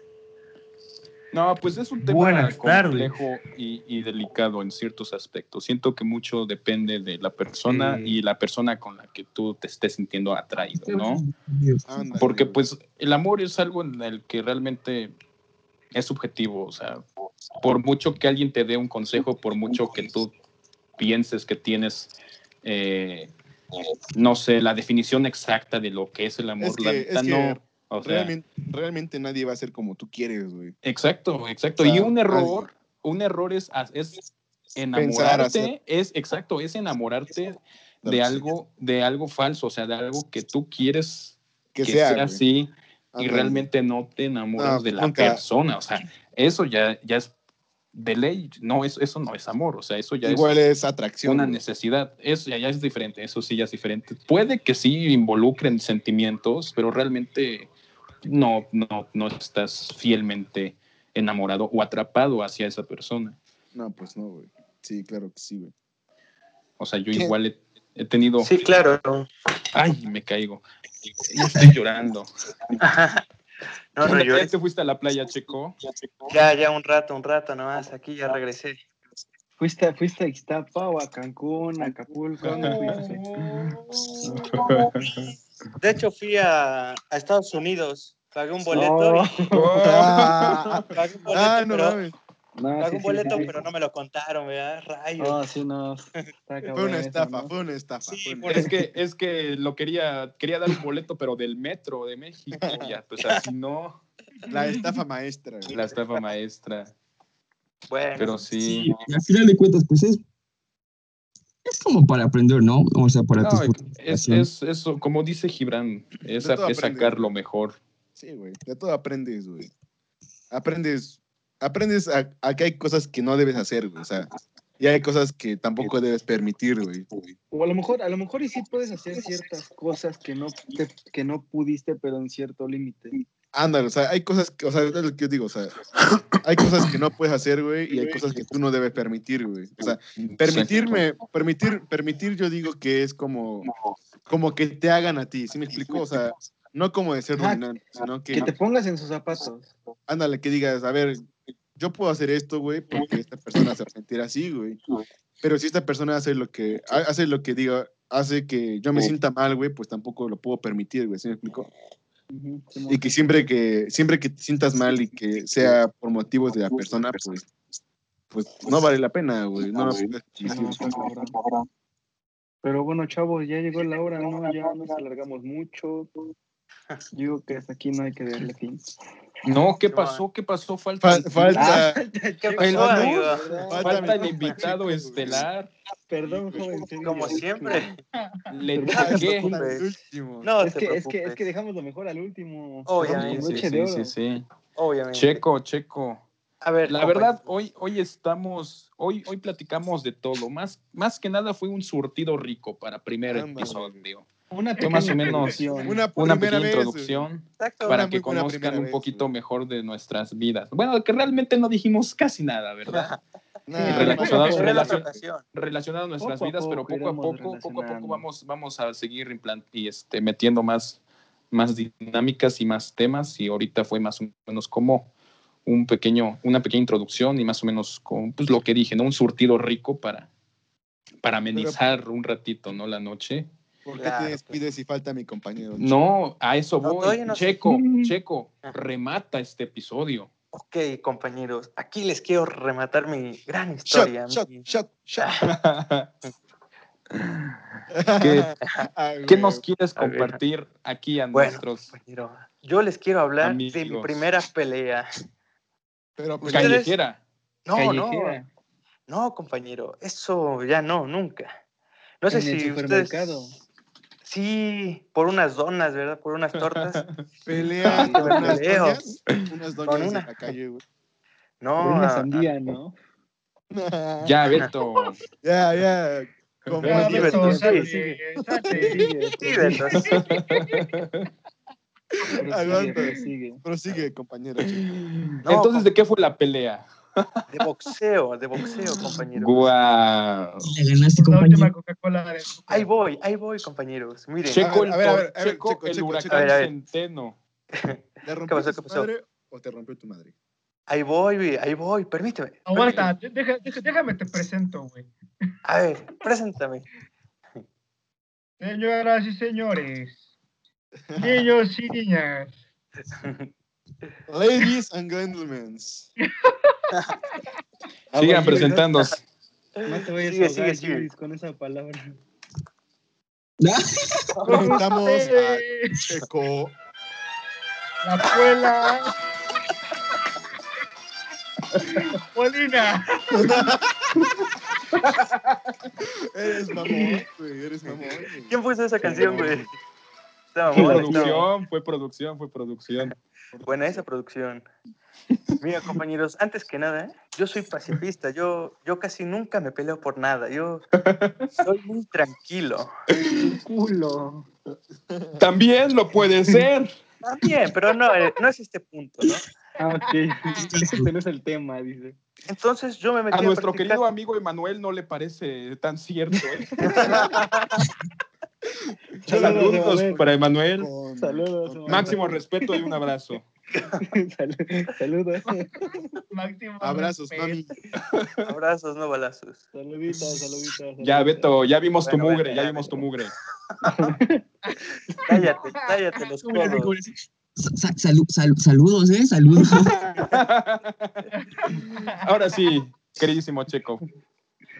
No, pues es un tema Buenas tardes. complejo y, y delicado en ciertos aspectos. Siento que mucho depende de la Mm. persona y la persona con la que tú te estés sintiendo atraído, ¿no? Ándale, Porque güey. pues el amor es algo en el que realmente es subjetivo, o sea, por mucho que alguien te dé un consejo, por mucho que tú pienses que tienes, eh, no sé, la definición exacta de lo que es el amor, Es que- la es neta que no. O sea, realmente, realmente nadie va a ser como tú quieres, güey. exacto, exacto. O sea, y un error, un error es, es Pensar, hacer- enamorarte, es exacto, es enamorarte de sí. algo, de algo falso, o sea, de algo que tú quieres Que, sea, güey. así y Ándale. realmente no te enamoras No, de la nunca. persona. O sea, eso ya, ya es de ley. No, eso, eso no es amor. O sea, eso ya Igual es es atracción. una güey. necesidad. Eso ya, ya es diferente. Eso sí ya es diferente. Puede que sí involucren sentimientos, pero realmente no, no, no estás fielmente enamorado o atrapado hacia esa persona. No, pues no, güey. Sí, claro que sí, güey. O sea, yo ¿Qué? igual he, he tenido... Sí, claro. ¡Ay, me caigo! Ya estoy llorando. No, no ¿Ya llores. te fuiste a la playa, Checo? Ya, ya un rato, un rato nomás. Aquí ya regresé. ¿Fuiste, fuiste a Iztapa o a Cancún, a Acapulco? ¿Dónde fuiste? De hecho, fui a, a Estados Unidos. Pagué un boleto. No. y- Oh. Ah, pagué un boleto, ah, no pero, mames. Oh. No, pagué sí, un sí, boleto, sí. Ah, pero no me lo contaron, ¿verdad? Rayos. No, sí, no. Está Fue cabrón una eso, estafa, ¿no? fue una estafa. Sí, fue una- por- Es que, es que lo quería, quería dar un boleto, pero del metro de México. Ya, pues así no, La estafa maestra, güey. la estafa maestra. bueno, Pero sí. Sí, y al final de cuentas, pues es, es como para aprender, ¿no? O sea, para No, tus es, es- ocasiones. es- como dice Gibran, es, De todo es aprende. sacar lo mejor. Sí, güey. De todo aprendes, güey. Aprendes, aprendes a, a que hay cosas que no debes hacer, güey. O sea, y hay cosas que tampoco debes permitir, güey. O a lo mejor, a lo mejor y sí puedes hacer ciertas cosas que no, te- que no pudiste, pero en cierto límite. Ándale, o sea, hay cosas que, o sea, es lo que yo digo, o sea, hay cosas que no puedes hacer, güey, y hay cosas que tú no debes permitir, güey. O sea, permitirme, permitir, permitir yo digo que es como, como que te hagan a ti, ¿sí me explico? O sea, no como de ser Ajá, dominante, sino que, Que te pongas en sus zapatos. ándale, que digas, a ver, yo puedo hacer esto, güey, porque esta persona se va a sentir así, güey. Pero si esta persona hace lo que, ha- hace lo que diga, hace que yo me sienta mal, güey, pues tampoco lo puedo permitir, güey, ¿sí me explico? Ujú, Simón. y que siempre que siempre que te sientas mal y que sea por motivos de la persona pues pues no vale la pena güey no, No, está cabrón. Pero bueno, chavos, ya llegó la hora, ¿no? Ya nos alargamos mucho. Digo que hasta aquí no hay que darle fin. No, ¿qué pasó? ¿Qué pasó? Falta, Fal- Ah, falta ¿qué Ay, pasó, no, amigo? falta el mi compa, invitado Checo, estelar. Perdón, joven. te digo. Como siempre. Le Pero falta taqué. tú, falta el ves. último. No, Es te que, es, que, preocupes. es que dejamos lo mejor al último. Obviamente. Sí, Noche sí, de oro. sí, sí. Obviamente. Checo, checo. A ver, La compañero. verdad, hoy, hoy estamos, hoy, hoy platicamos de todo. Más, más que nada fue un surtido rico para primer Ándale. episodio. Una Fue más o pequeña menos introducción. una, una primera pequeña vez, güey. introducción Exacto. Ahora, para muy que buena conozcan primera un vez, poquito güey. mejor de nuestras vidas. Bueno, que realmente no dijimos casi nada, ¿verdad? Nah, Y relacionado Ah, no, Será la relacionado- otra ocasión. Relacionado a nuestras Poco a vidas, pero poco poco a iremos poco, poco a poco relacionando. vamos, vamos a seguir implant- y este, metiendo más, más dinámicas y más temas. Y ahorita fue más o menos como un pequeño, una pequeña introducción y más o menos con, pues, lo que dije, ¿no? Un surtido rico para, para amenizar un ratito, ¿no? La noche. ¿Por qué Claro, pues. te despides si falta mi compañero? No, a eso No, voy. todavía no sé. Checo, Checo, remata este episodio. Ok, compañeros, aquí les quiero rematar mi gran Shot, historia. shot, mi- shot, shot. ¿Qué, Ah, qué güey. nos quieres A ver. compartir aquí a Bueno, nuestros compañero, yo les quiero hablar de mi Amigos. primera pelea. Pero pues, Ustedes- callejera? No, Callejera. no, no, compañero, eso ya no, nunca. No sé En el si ustedes... supermercado. sí, por unas donas, ¿verdad? Por unas tortas. Pelea con unas Peleo. doñas, unas doñas en una. la calle, güey. No, ah, Por una a- sandía, ¿no? Ya, Beto. Ya, ya. Con Ya, Juan sí, Beto, Díaz, sale, sigue. sale. sí, Beto, sí. Aguanta. Prosigue, prosigue. Prosigue, compañero. Entonces, ¿de qué fue la pelea? de boxeo, de boxeo, compañeros. Guau. Y le ganaste, La última compañero. Coca-Cola de- Ahí voy, ahí voy, compañeros. Miren, Checo el, A ver, a ver, a ver, tor- Checo Checo, el Checo, huracán Checo. A ver, a ver. centeno. ¿Te rompió pasó, qué tu pasó? madre o te rompió tu madre? ahí voy, güey, ahí voy, permíteme. Aguanta, deja- deja- déjame te presento, güey. A ver, preséntame. Señoras y señores, niños y niñas, Ladies and gentlemen. Ah, Sigan presentándose. No te vayas Sigue, a ahogar, sigue, sigue. Luis, con esa palabra. Ah, Presentamos a ustedes, Checo. la abuela Polina. Eres mamón, güey. Eres mamón. güey. ¿Quién puso esa canción, güey? Está Fue mamón, está mamón. producción, fue producción, fue producción. Buena esa producción. Mira, compañeros, antes que nada, yo soy pacifista. Yo, yo casi nunca me peleo por nada. Yo soy muy tranquilo. Culo. También lo puede ser. También, pero no, eh, no es este punto, ¿no? Ah, ok. Este no es el tema, dice. Entonces yo me metí A nuestro practicar- querido amigo Emanuel no le parece tan cierto. ¿eh? Saludos, Saludos Emanuel. para Emanuel. Con- Saludos, con- Emanuel. Máximo respeto y un abrazo. Sal- Saludos. Máximo Abrazos, respeto. mami. Abrazos, no balazos. Saluditos, saluditos. Ya, Beto, ya vimos tu Bueno, mugre, vete, ya ya, vimos Beto. tu mugre. Cállate, cállate los Como la de codos. Corea. Sa- sa- salu- sal- saludos, ¿eh? Saludos. Ahora sí, queridísimo Checo.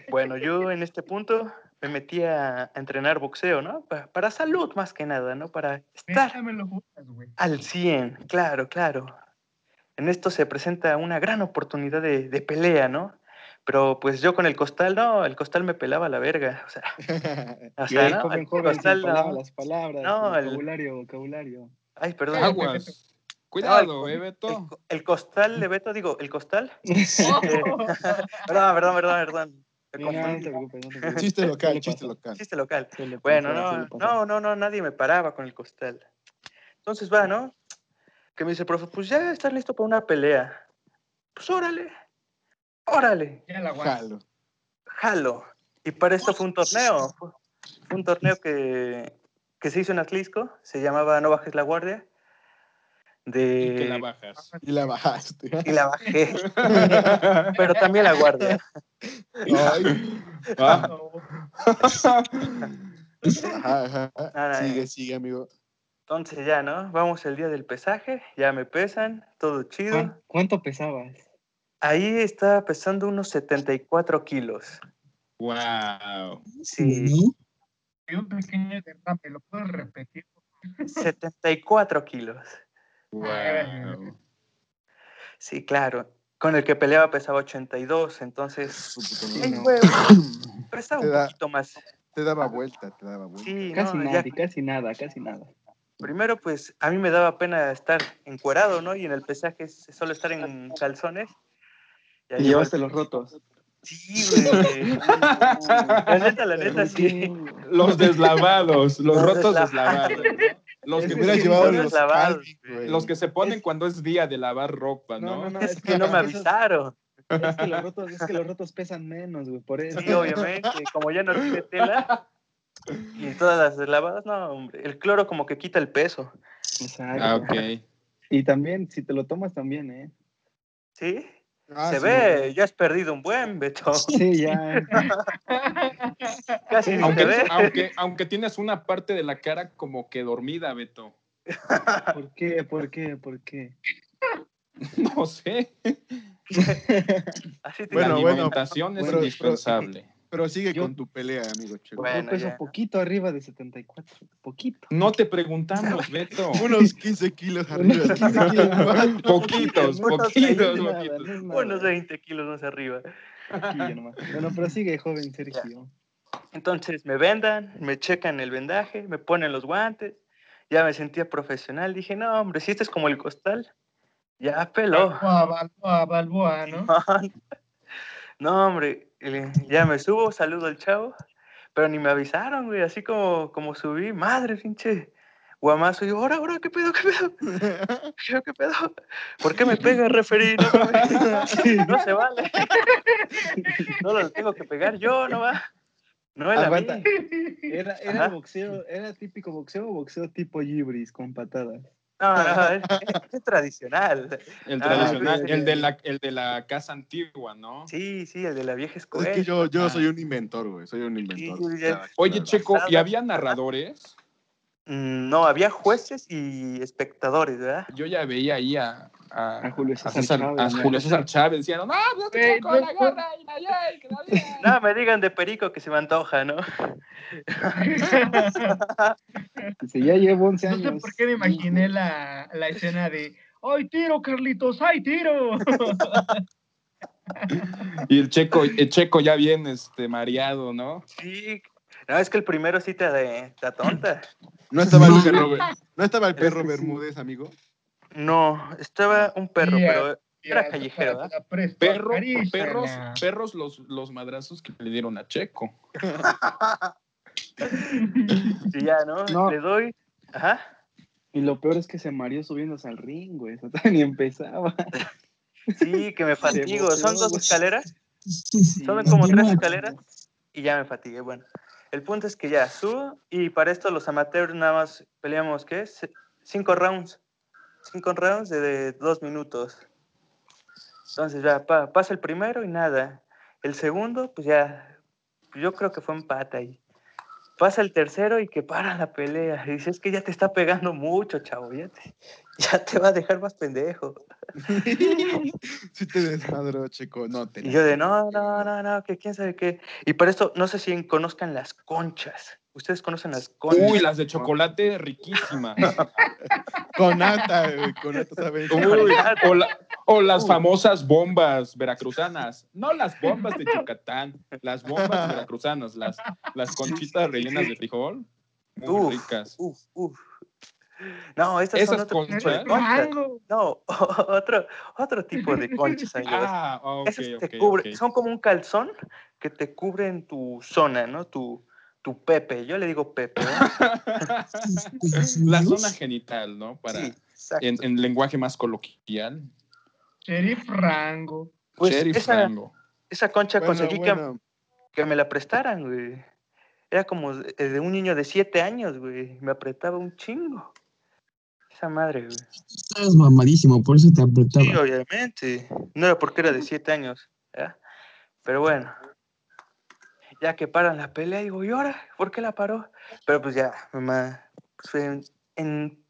Bueno, yo en este punto me metí a a entrenar boxeo, ¿no? Pa- Para, salud más que nada, ¿no? Para estar Déjame los juntas, güey. al 100, claro, claro. En esto se presenta una gran oportunidad de, de pelea, ¿no? Pero pues yo con el costal, no, el costal me pelaba la verga. O sea, o sea, Bien, ¿no? joven, El joven, sin costal, no. palabras, palabras, No, el- vocabulario, vocabulario. Ay, Ah, perdón. el- Aguas. Cuidado, eh, Beto. El costal de Beto, digo, el costal. Eh, perdón, perdón, perdón, perdón. Me No, no confundí. te preocupes, no te preocupes. Chiste local, Suele chiste pasar, local. Chiste local. suele Bueno, pasar, no, suele pasar. no, no, no, nadie me paraba con el costal. Entonces va, ¿no? Que me dice, profe, pues ya estás listo para una pelea. Pues órale, órale, Ya la aguanta. Jalo. jalo. Y para esto fue un torneo. Fue fue un torneo que, que se hizo en Atlisco, se llamaba No Bajes la Guardia. De... Y que la bajas. Y la bajaste. y la bajé, pero también la guardia. Ay, Ah. ajá, ajá. Nada, Sigue, eh. sigue, amigo. Entonces ya, ¿no? Vamos el día del pesaje, ya me pesan, todo chido. ¿Cuán- ¿Cuánto pesabas? Ahí estaba pesando unos 74 kilos. Wow. Sí, ¿No? Hay un pequeño derrame, ¿lo puedo repetir? 74 kilos. Wow. Sí, claro. Con el que peleaba pesaba 82, entonces Su puta madre. ahí fue, pesaba Te un da- poquito más. Te daba vuelta, te daba vuelta. Sí, Casi no, nada, ya. y casi nada, casi nada. Primero, pues a mí me daba pena estar encuerado, ¿no? Y en el pesaje es solo estar en calzones. Ya Te llegó el- llevaste los rotos. Sí, güey. La neta, la neta, sí. Los deslavados, los Los rotos deslavados. deslavados. Los Te que, Es hubieras que llevado son los deslavados, Calvin, güey. güey. los que se ponen cuando es día de lavar ropa, ¿no? Es que no me esos- avisaron. Es que los rotos, es que los rotos pesan menos, güey, por eso. Sí, obviamente, como ya no tiene tela y todas las deslavadas, no, hombre, el cloro como que quita el peso, Exacto. Ah, ok. Y también, si te lo tomas también, ¿eh? ¿sí? Ah, Se sí, ve, ya has perdido un buen, Beto, Sí, ya. casi ni se Aunque, ve. aunque, aunque tienes una parte de la cara como que dormida, Beto. ¿Por qué? ¿Por qué? ¿Por qué? No sé. Así Bueno, Bueno, te la bueno, alimentación es bueno, indispensable. Pero sigue Yo- con tu pelea, amigo Checo. Bueno, Yo peso ya. poquito arriba de 74. Poquito. No te preguntamos, Beto. Unos 15 kilos arriba. Unos 15 kilos. poquitos, Unos poquitos, seis, nada, poquitos. no es nada. unos 20 kilos más arriba. Aquí ya nomás. Bueno, pero sigue, joven Sergio. Entonces me vendan, me checan el vendaje, me ponen los guantes, ya me sentía profesional. Dije, no, hombre, si este es como el costal, ya peló. Balboa, Balboa, Balboa, ¿no? no, hombre, ya me subo, saludo al chavo, pero ni me avisaron, güey, así como, como subí, madre, pinche. Guamazo, y yo, ahora, ahora, ¿qué pedo, qué pedo? Yo, ¿qué pedo? ¿Por qué me pega, referí? No, mames. no se vale. No lo tengo que pegar yo, no va. No es la Aguanta. Era, era boxeo, era típico boxeo, boxeo tipo gibris con patadas. No, no, es, es tradicional. El Ah, tradicional, sí, el, de la, el de la casa antigua, ¿no? Sí, sí, el de la vieja Es escuela. que yo, yo soy un inventor, güey. Soy un inventor. Sí, ya- Claro, Oye, claro. Checo, ¿y había narradores? Mm, No, había jueces y espectadores, ¿verdad? Yo ya veía ahí a, a, A Julio César Ah, a César, Chávez, a ¿no? Julio César Chávez. Decían, no, no, Güey, Checo, la no- gorra y la yay, que la bien". No, me digan de perico que se me antoja, ¿no? Dice, ya llevo 11 No años. sé por qué me imaginé la, la escena de ¡Ay, tiro, Carlitos! ¡Ay, tiro! Y el Checo, el Checo ya bien este, mareado, ¿no? Sí. No, es que el primero sí te, de, te atonta. No estaba el No. perro, güey. No estaba el Es que perro sí. Bermúdez, amigo. No, estaba un perro, Sí, pero Era Mira, callejero, te la ¿verdad? presto, Perro, acaríciala. perros, perros los, los madrazos que le dieron a Checo. sí, ya, ¿no? No. Le doy. Ajá. Y lo peor es que se mareó subiéndose al ring, güey. Eso ni empezaba. Sí, que me fatigo. Son boteó, dos güey. escaleras, Sí, son sí. como Continúa. tres escaleras y ya me fatigué. Bueno, el punto es que ya subo y para esto los amateurs nada más peleamos, ¿qué? C- Cinco rounds. Cinco rounds de, de dos minutos. Entonces ya pa- pasa el primero y nada. El segundo, pues ya, yo creo que fue empate ahí. Pasa el tercero y que para la pelea. Y dice, es que ya te está pegando mucho, chavo. Ya te, ya te va a dejar más pendejo. Sí te desmadró, Checo. No, te Y yo de, no, no, no, no, que quién sabe qué. Y para esto, no sé si conozcan las conchas. ¿Ustedes conocen las conchas? Uy, las de chocolate riquísimas. Con nata, güey. Con nata, ¿sabes? Uy, o, la- o las famosas bombas veracruzanas. No las bombas de Yucatán, las bombas veracruzanas, las, las conchitas rellenas de frijol. Muy Uf, ricas. Uf, uf. No, estas son Esas otro tipo de conchas. conchas. Rango. No, otro, otro tipo de conchas, amigos. Ah, ok, Esas ok, te cubren, ok. son como un calzón que te cubren tu zona, ¿no? Tu, tu pepe. Yo le digo pepe. ¿eh? ¿no? La zona genital, ¿no? Para, Sí, exacto. en, en lenguaje más coloquial. Sheriff Rango. Pues Sheriff esa, Rango. esa concha Bueno, conseguí que- bueno. Que, me la prestaran, güey. Era como de, eh, de un niño de siete años, güey. Me apretaba un chingo. Esa madre, güey. Estabas mamadísimo, por eso te Sí, apretaba. obviamente. No era porque era de siete años. ¿verdad? Pero bueno. Ya que paran la pelea, digo, ¿y ahora? ¿Por qué la paró? Pero pues ya, mamá. pues, en, en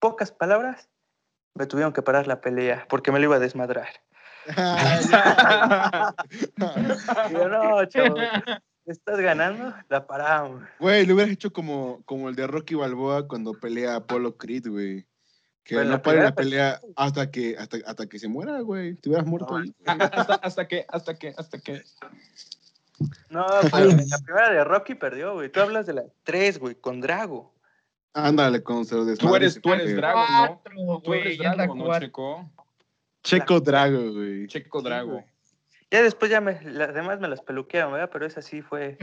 pocas palabras, me tuvieron que parar la pelea porque me lo iba a desmadrar. Y yo, no, chavo, estás ganando, la paramos. Güey, lo hubieras hecho como, como el de Rocky Balboa cuando pelea Apollo Creed, güey. Que Pero no la pare la primera pelea hasta que, hasta, hasta que se muera, güey. Te hubieras muerto No, ahí. Hasta, hasta que, hasta que, hasta que. No, pero en Pues. la primera de Rocky perdió, güey. Tú hablas de la tres, güey, con Drago. Ándale, con se lo Tú desmadre eres, ese tú eres pedo. Drago, ¿no? Cuatro, Tú güey. eres Ya es la Drago, ¿no, cuatro. Checo? Checo Drago, güey. Checo Drago. Ya después ya me, las demás me las peluquearon, ¿verdad? Pero esa sí fue,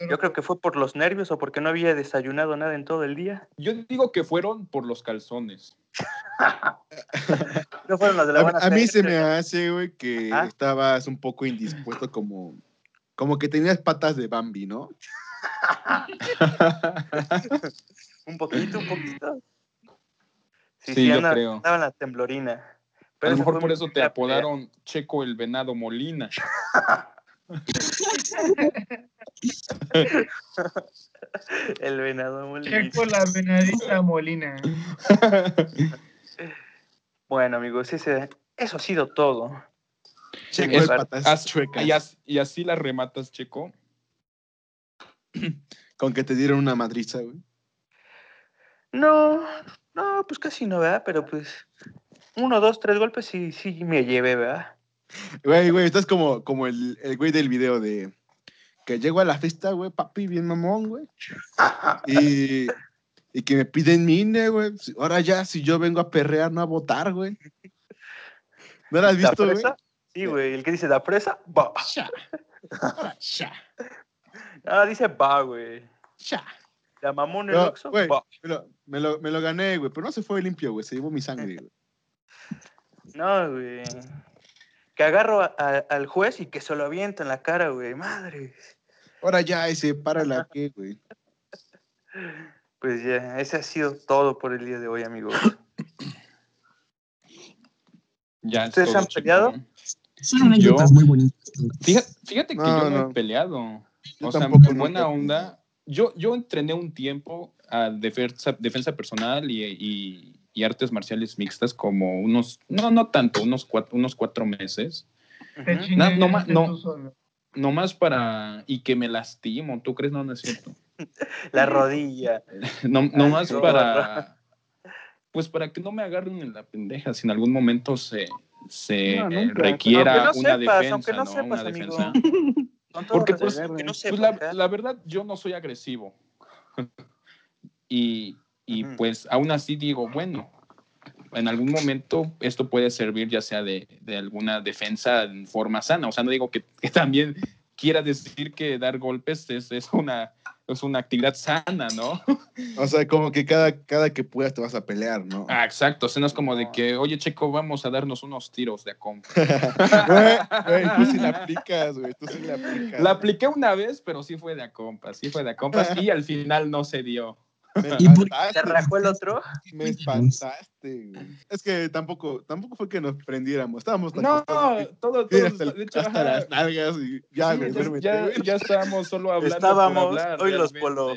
Mm, yo creo que fue por los nervios o porque no había desayunado nada en todo el día. Yo digo que fueron por los calzones. No fueron las de la buena A, a mí fe. se me hace, güey, que Ajá. estabas un poco indispuesto como... Como que tenías patas de Bambi, ¿no? Un poquito, un poquito. Sí, sí, Sí, yo andaba, creo. andaba en la temblorina. a lo esa mejor fue por mi eso te primera apodaron Checo el Venado Molina. pelea. El venado molino. Checo la venadita molina. Bueno, amigos, ese, eso ha sido todo. Checo Es- de patas as- chuecas. y, as- y así las rematas, Checo. Con que te dieron una madriza, güey. No, no, pues casi no, ¿verdad? Pero pues uno, dos, tres golpes sí, sí me llevé, ¿verdad? Güey, güey, estás como, como el, el güey del video de que llego a la fiesta, güey, papi, bien mamón, güey. Y, y que me piden mi INE, güey. Si- Ahora ya, si yo vengo a perrear, no a votar, güey. ¿No la has ¿La visto, güey? presa? Sí, güey. El que dice la presa, va. Ah, dice va, güey. La mamón en No, Oxxo, güey. va. Me lo, me, lo, me lo gané, güey, pero no se fue limpio, güey. Se llevó mi sangre, güey. No, güey. Que agarro a- a- al juez y que se lo aviento en la cara, güey. Madre. Ahora ya, ese, para la que, güey. Pues ya, ese ha sido todo por el día de hoy, amigos. Ya, es ¿Ustedes todo, han peleado? chingón. Son anécdotas Yo- muy bonitas. Fíjate, fíjate que No, yo no, no. he peleado. Yo o sea, tampoco en buena nunca. onda. Yo, yo entrené un tiempo a defensa, defensa personal y, y- y artes marciales mixtas como unos, no, no tanto, unos cuatro, unos cuatro meses. Te Ujú. chingas, No, no ya ma- estés no. tú solo. Nomás para, y que me lastimo, ¿tú crees? No, no es cierto. La rodilla. No, nomás zorra. para, pues para que no me agarren en la pendeja, si en algún momento se, se No, nunca. eh, requiera Aunque no una sepas, defensa, aunque no ¿no? sepas, Una amigo. defensa. Con todo Porque, respeto, pues, que no ¿eh? Pues sepa, la, acá. la verdad, yo no soy agresivo. y y Ujú. pues aún así digo, bueno, en algún momento esto puede servir ya sea de, de alguna defensa en forma sana. O sea, no digo que, que también quiera decir que dar golpes es, es una, es una actividad sana, ¿no? O sea, como que cada, cada que puedas te vas a pelear, ¿no? Ah, exacto. O sea, no es como de que, oye, Checo, vamos a darnos unos tiros de a compa. Güey, güey, tú sí la aplicas, güey. Tú sí la aplicas. La apliqué una vez, pero sí fue de a compas, sí fue de a compas y al final no se dio. Me ¿Y por- ¿Te espantaste, rajó el otro? Me espantaste, güey. Es que tampoco, tampoco fue que nos prendiéramos. Estábamos tan No, contentos que- todo, todo. Sí, hasta, el- de hecho, hasta ajá, las nalgas y ya, sí, güey, ya- duérmete, ya, güey. ya estábamos solo hablando. por Estábamos, hablar, hoy los realmente. polo.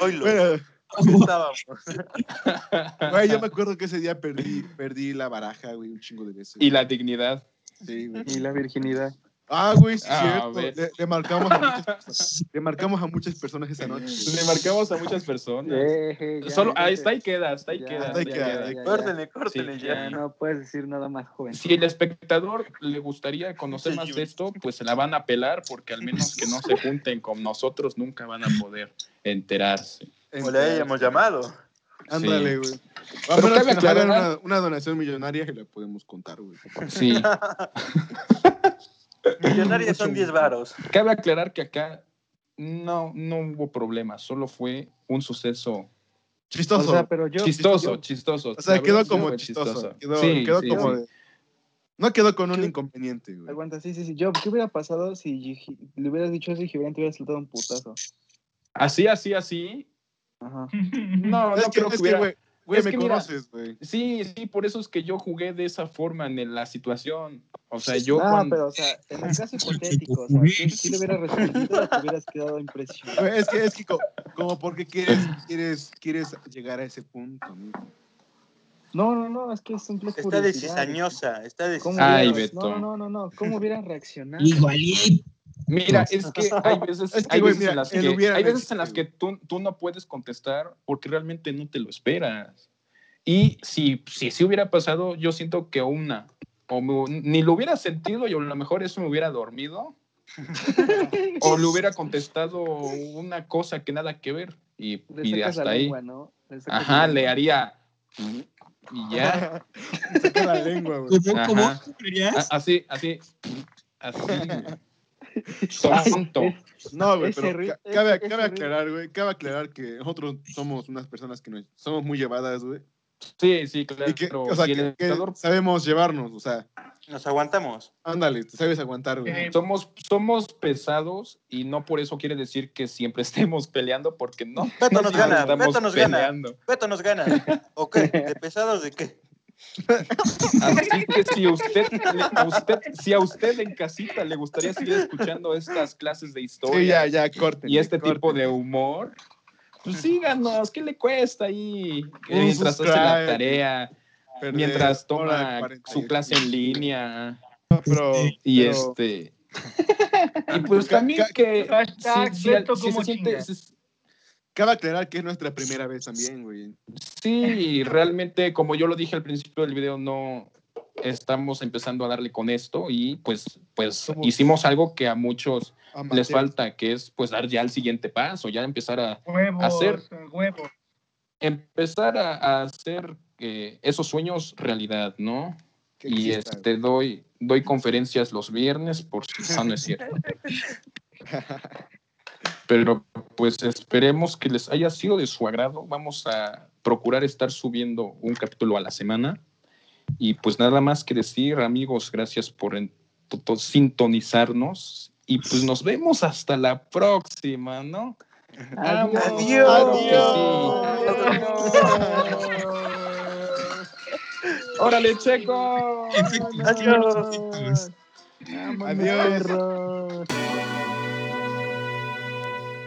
Hoy lo Bueno, estábamos. güey, yo me acuerdo que ese día perdí, perdí la baraja, güey, un chingo de veces. Y la dignidad. Sí, güey. Y la virginidad. Ah, güey, sí, es Ah, cierto. ves. Le, le marcamos a muchas, le marcamos a muchas personas esa noche. Le marcamos a muchas personas. Eh, eh, ya, solo, ya ahí te- está y queda, hasta ahí Ya, queda. hasta ahí ya queda, queda. ahí ya, ya. Córtenle, córtenle Sí, Ya ya. no puedes decir nada más, joven. Si el espectador le gustaría conocer más de esto, pues se la van a pelar porque al menos que no se junten con nosotros nunca van a poder enterarse. O este, le hayamos llamado. Ándale, güey. A Pero menos cabe que nos hagan aclarar- una, una donación millonaria que la podemos contar, güey. Sí. Millonarios son 10 varos. Cabe aclarar que acá no, no hubo problema, solo fue un suceso O Chistoso. sea, pero yo. chistoso, yo- chistoso. O sea, La quedó verdad, como fue chistoso. Quedó, quedó sí, como sí. de- No quedó con un ¿Qué? inconveniente, güey. Aguanta, sí, sí, sí. Yo, ¿qué hubiera pasado si Gigi- le hubieras dicho eso y Gibran te hubiera soltado un putazo? Así, así, así. Ajá. No, es no que, creo es que que, hubiera- güey, güey, es me que mira- conoces, güey. Sí, sí, por eso es que yo jugué de esa forma en la situación. O sea, yo no, cuando- Ah, pero, o sea, en el caso hipotético, o sea, ¿qué, qué le hubieras respondido o te hubieras quedado impresionado? Güey, Es que, es que co- como porque quieres, quieres, quieres llegar a ese punto, amigo. No, no, no, es que es simple Está de curiosidad. cizañosa, está de ¿Cómo Ay, hubieras- Beto. No, no, no, no, ¿cómo hubieran reaccionado? Igualito. Mira, es que hay veces, Es que, hay güey, veces mira, en las él que, hubiera hay veces en las que existido. tú, tú no puedes contestar porque realmente no te lo esperas. Y si si, sí hubiera pasado, yo siento que una, o me- ni lo hubiera sentido y a lo mejor eso me hubiera dormido, o le hubiera contestado una cosa que nada que ver. Y, Le y sacas hasta la ahí. lengua, ¿no? Le sacas Ajá, la le lengua. haría. Y ya. Saca la lengua, güey. ¿Cómo, Ajá. Ah, cómo? A- Así, así. Así. güey. Tonto. No, güey, Ese pero ri- ca- ese- cabe, ese cabe ri- aclarar, güey, cabe aclarar que nosotros somos unas personas que nos, somos muy llevadas, güey. Sí, sí, claro. Y que, o sea, Y el que, que espectador, sabemos llevarnos, o sea, Nos aguantamos. ándale, te sabes aguantar, güey. Eh, somos, somos pesados y no por eso quiere decir que siempre estemos peleando, porque no. Beto nos siempre gana, estamos Beto nos gana. peleando. Beto nos gana. ¿O qué? ¿De pesados de qué? Así que si usted, le- a usted, si a usted en casita le gustaría seguir escuchando estas clases de historia, Sí, ya, ya, corten. y este tipo de humor, pues síganos, ¿qué le cuesta ahí? Un mientras hace la subscribe. tarea, mientras toma su clase en línea Pero, y pero- este... y pues Ca- también ca- que Hashtag si, si- Beto si como se siente, chinga. si- Cabe aclarar que es nuestra primera vez también, güey. sí, realmente como yo lo dije al principio del video, no, estamos empezando a darle con esto y pues, pues Somos hicimos algo que a muchos amateur. les falta, que es pues dar ya el siguiente paso, ya empezar a, huevos, a hacer, huevos. empezar a, a hacer eh, esos sueños realidad, ¿no? Y exista. este, doy, doy conferencias los viernes, por si no, no es cierto. Pero pues esperemos que les haya sido de su agrado. Vamos a procurar estar subiendo un capítulo a la semana. Y pues nada más que decir, amigos, gracias por en- to- to- sintonizarnos. Y pues nos vemos hasta la próxima, ¿no? Adiós. Adiós. Adiós. Órale, Checo. Adiós. Adiós. Perros.